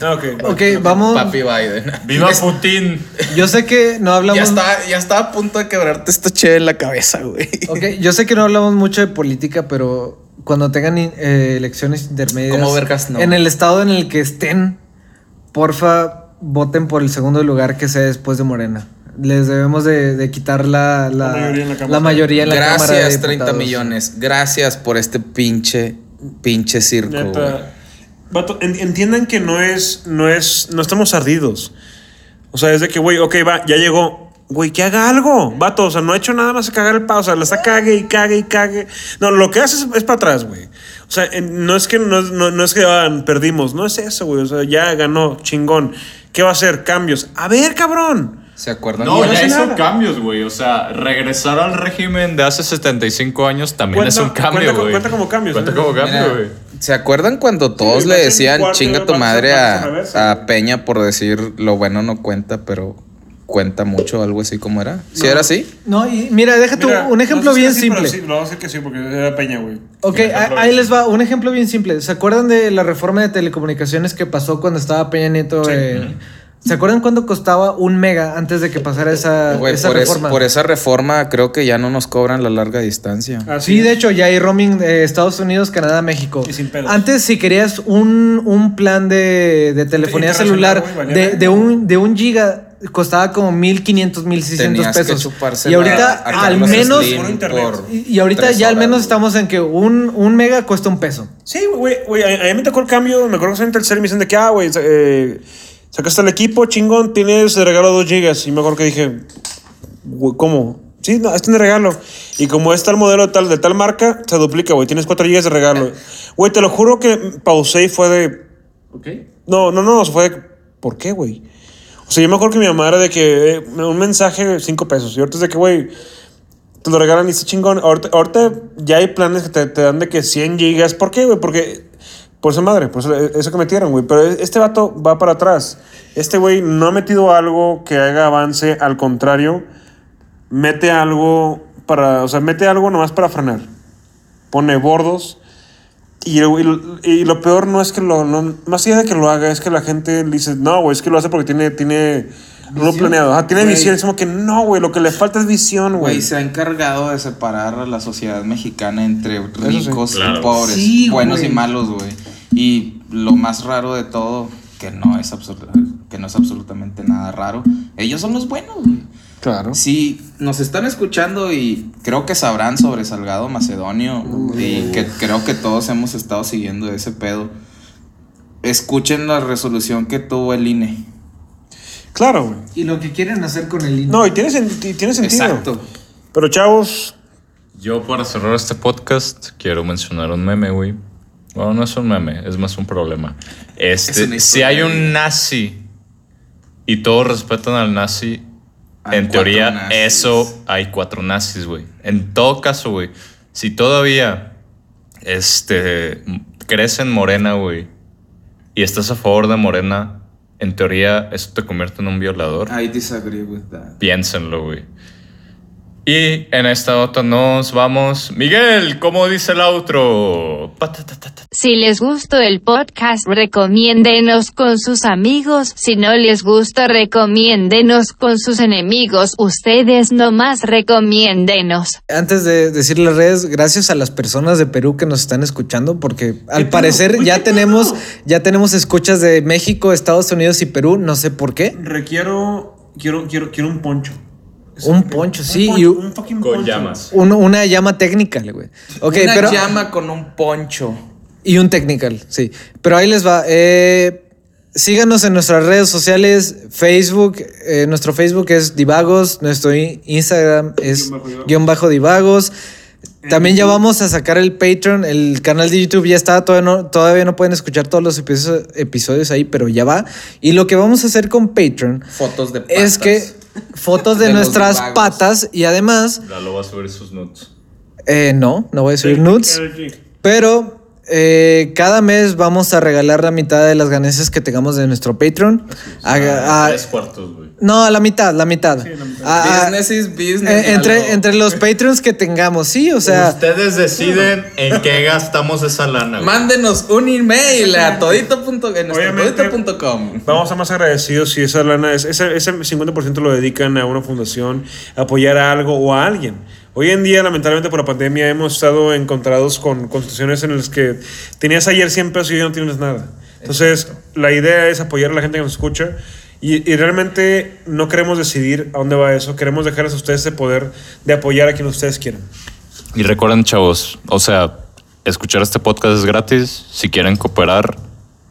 Ah, ok, va.
ok, vamos.
Papi Biden.
Viva Putin.
Yo sé que no hablamos.
Ya está, ya está a punto de quebrarte esta che en la cabeza, güey.
Ok, yo sé que no hablamos mucho de política, pero cuando tengan in- eh, elecciones intermedias.
Como vergas, no.
En el estado en el que estén, porfa, voten por el segundo lugar que sea después de Morena. Les debemos de, de quitar la,
La
la,
mayoría en la Cámara.
la mayoría en la Cámara de
Gracias, 30
Diputados.
millones. Gracias por este pinche, pinche circo, güey.
Neta. Vato, en- entiendan que no es, no es, no estamos ardidos. O sea, es de que, güey, ok, va, ya llegó. Güey, que haga algo. Vato, o sea, no ha hecho nada más que cagar el pavo. O sea, la está cague y cague y cague. No, lo que hace es, es para atrás, güey. O sea, en- no es que, no, es- no- no es que ah, perdimos. No es eso, güey. O sea, ya ganó, chingón. ¿Qué va a hacer? Cambios. A ver, cabrón.
¿Se acuerdan?
No,
no
ya
hace
hizo
nada.
cambios, güey. O sea, regresar al régimen de hace 75 años también
Cuenta-
es un
cuenta
cambio,
co-
güey.
cuenta como cambios,
Cuenta
¿no?
como
Mira,
cambio, güey.
¿Se acuerdan cuando todos
Sí,
le
vas en
decían
cuarto,
chinga tu
vas-
madre
¿eh?
vas
a,
en reversa,
a
güey.
Peña por decir lo bueno no cuenta, pero cuenta mucho, algo así como era. Si era así.
No, y mira, déjate
Mira,
un ejemplo
no sé si
bien
es así,
simple.
pero sí, lo voy a decir que sí, porque era Peña, güey.
Ok,
Un ejemplo
ahí
bien
les va un ejemplo bien simple. ¿Se acuerdan de la reforma de telecomunicaciones que pasó cuando estaba Peña Nieto? eh? ¿Se acuerdan cuánto costaba un mega antes de que pasara esa,
Güey,
Ah, esa
por, es-
reforma?
por esa reforma creo que ya no nos cobran la larga distancia.
Así
Sí, de
es.
hecho, ya hay roaming de Estados Unidos, Canadá, México.
Y sin pedos.
Antes, si querías un, un plan de, de telefonía
Internacional,
celular
güey, valía
de,
verga.
de un, de un giga, costaba como 1.500, 1.600
Tenías que
pesos.
chuparse
Y ahorita,
la- a
al
Carlos
menos,
Slim
Por internet.
por
y y ahorita
tres
ya al
horas,
menos
güey.
estamos en que un, un mega cuesta un peso.
Sí, güey, güey, a, a mí me tocó el cambio, me acuerdo que estaba en tercero y me dicen de que, ah, güey, eh, sacaste el equipo, chingón, tienes de regalo 2 gigas. Y me acuerdo que dije, güey, ¿cómo? Sí, no, este es de regalo. Y como es tal modelo de tal, de tal marca, se duplica, güey, tienes 4 gigas de regalo. Güey, te lo juro que pausé y fue de... No, no, no, fue de... ¿Por qué, güey? O sea, yo me acuerdo que mi mamá era de que eh, un mensaje, 5 pesos. Y ahorita es de que, güey, te lo regalan y está chingón. Ahorita, ahorita ya hay planes que te, te dan de que 100 gigas. ¿Por qué, güey? Porque. Por esa madre, por eso, eso que metieron, güey. Pero este vato va para atrás. Este güey no ha metido algo que haga avance. Al contrario, mete algo para. O sea, mete algo nomás para frenar. Pone bordos. Y, el güey- y lo peor no es que lo. no- más allá de que lo haga, es que la gente le dice, no, güey, es que lo hace porque tiene. tiene lo planeado. Ajá, tiene
Güey.
visión. Es como que no, güey, lo que le falta es visión, güey.
Güey, se ha encargado de separar a la sociedad mexicana entre ricos
Claro.
y pobres,
Sí,
buenos
güey.
y malos, güey. Y lo más raro de todo, que no es absoluta- que no es absolutamente nada raro, ellos son los buenos, güey.
Claro.
Si nos están escuchando y creo que sabrán sobre Salgado Macedonio y que creo que todos hemos estado siguiendo ese pedo. Escuchen la resolución que tuvo el E. INE.
Claro, güey.
Y lo que quieren hacer con el
No, y tiene, sen- y tiene sentido.
Exacto.
Pero chavos,
Yo para cerrar este podcast quiero mencionar un meme, güey. Bueno, no es un meme, es más un problema. Este,
Es una historia
si hay
de vida.
un nazi y todos respetan al nazi,
Hay
en
cuatro
teoría
nazis.
eso hay cuatro nazis, güey. En todo caso, güey, si todavía este crees en Morena, güey, y estás a favor de Morena, en teoría eso te convierte en un violador.
I disagree with that.
Piénsenlo, güey. Y en esta nota nos vamos. Miguel, ¿cómo dice el outro? Patatatata.
Si les gustó el podcast, recomiéndenos con sus amigos. Si no les gusta, recomiéndenos con sus enemigos. Ustedes nomás recomiéndenos.
Antes de decir las redes, gracias a las personas de Perú que nos están escuchando, porque al parecer ya tenemos, ya tenemos escuchas de México, Estados Unidos y Perú, no sé por qué.
requiero. Quiero, quiero, quiero un poncho.
Un poncho, sí,
Un,
y
poncho,
un-
un fucking
Con
poncho.
llamas.
Uno- una llama technical, güey. Ok,
Una
pero.
llama con un poncho.
Y un technical, sí. Pero ahí les va. eh, síganos en nuestras redes sociales: Facebook. eh, nuestro Facebook es Divagos. Nuestro i- Instagram es
Guión bajo divagos.
guión bajo Divagos.
En
También ya
YouTube.
vamos a sacar el Patreon. El canal de YouTube ya está. Todavía no, todavía no pueden escuchar todos los episo- episodios ahí, pero ya va. Y lo que vamos a hacer con Patreon
Fotos de patas.
es que fotos de,
De los
nuestras
divagos.
patas y además.
Lalo va a subir sus notes.
eh, no, no voy a subir nudes.
Energy.
Pero eh, cada mes vamos a regalar la mitad de las ganancias que tengamos de nuestro Patreon. A- a-
Ah, Tres cuartos, güey.
no, la mitad, la mitad. A- a-
Business is business.
ah, eh, entre,
Lalo.
entre los Patreons que tengamos, sí, o sea.
Ustedes deciden en qué gastamos esa lana, güey.
Mándenos un email a todito.com.
Obviamente.
Todito.com.
Vamos a ser más agradecidos si esa lana es. Ese, ese 50% lo dedican a una fundación, a apoyar a algo o a alguien. Hoy en día, lamentablemente, por la pandemia, hemos estado encontrados con, con situaciones en las que tenías ayer 100 pesos y hoy no tienes nada. Entonces, la idea es apoyar a la gente que nos escucha. Y, y realmente no queremos decidir a dónde va eso. Queremos dejarles a ustedes el poder de apoyar a quien ustedes quieran.
Y recuerden, chavos, o sea, escuchar este podcast es gratis. Si quieren cooperar,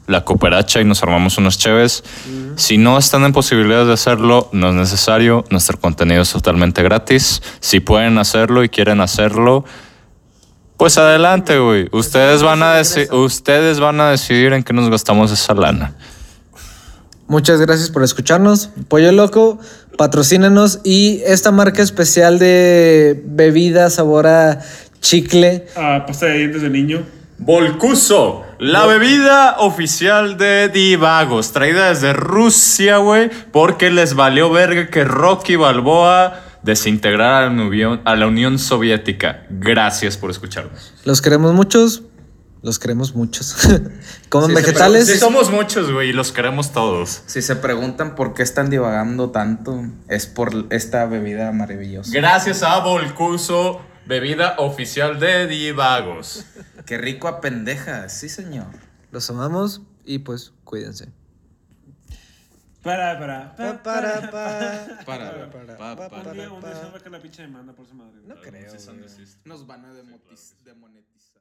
la cooperacha y nos armamos unos chéves. Si no están en posibilidades de hacerlo, no es necesario. Nuestro contenido es totalmente gratis. Si pueden hacerlo y quieren hacerlo, pues adelante, güey. Ustedes van a deci- ustedes van a decidir en qué nos gastamos esa lana.
Muchas gracias por escucharnos. Pollo Loco, patrocínanos. Y esta marca especial de bebida sabor a chicle.
a pasta de dientes de niño.
Volcuso, la bebida oficial de Divagos, traída desde Rusia, güey, porque les valió verga que Rocky Balboa desintegrara a la Unión- a la Unión Soviética. Gracias por escucharnos.
Los queremos muchos. Los queremos muchos. Coman
Sí, se
vegetales.
Sí, somos muchos, güey, y los queremos todos.
Si se preguntan por qué están divagando tanto, es por esta bebida maravillosa.
Gracias a Volcuso, bebida oficial de Divagos.
Qué rico a pendejas, sí señor.
Los amamos y pues cuídense.
Para, para. para,
Para, para.
Un día- un día se va a sacar la pinche demanda por esa madre.
Nos van a demotiz- demonetizar.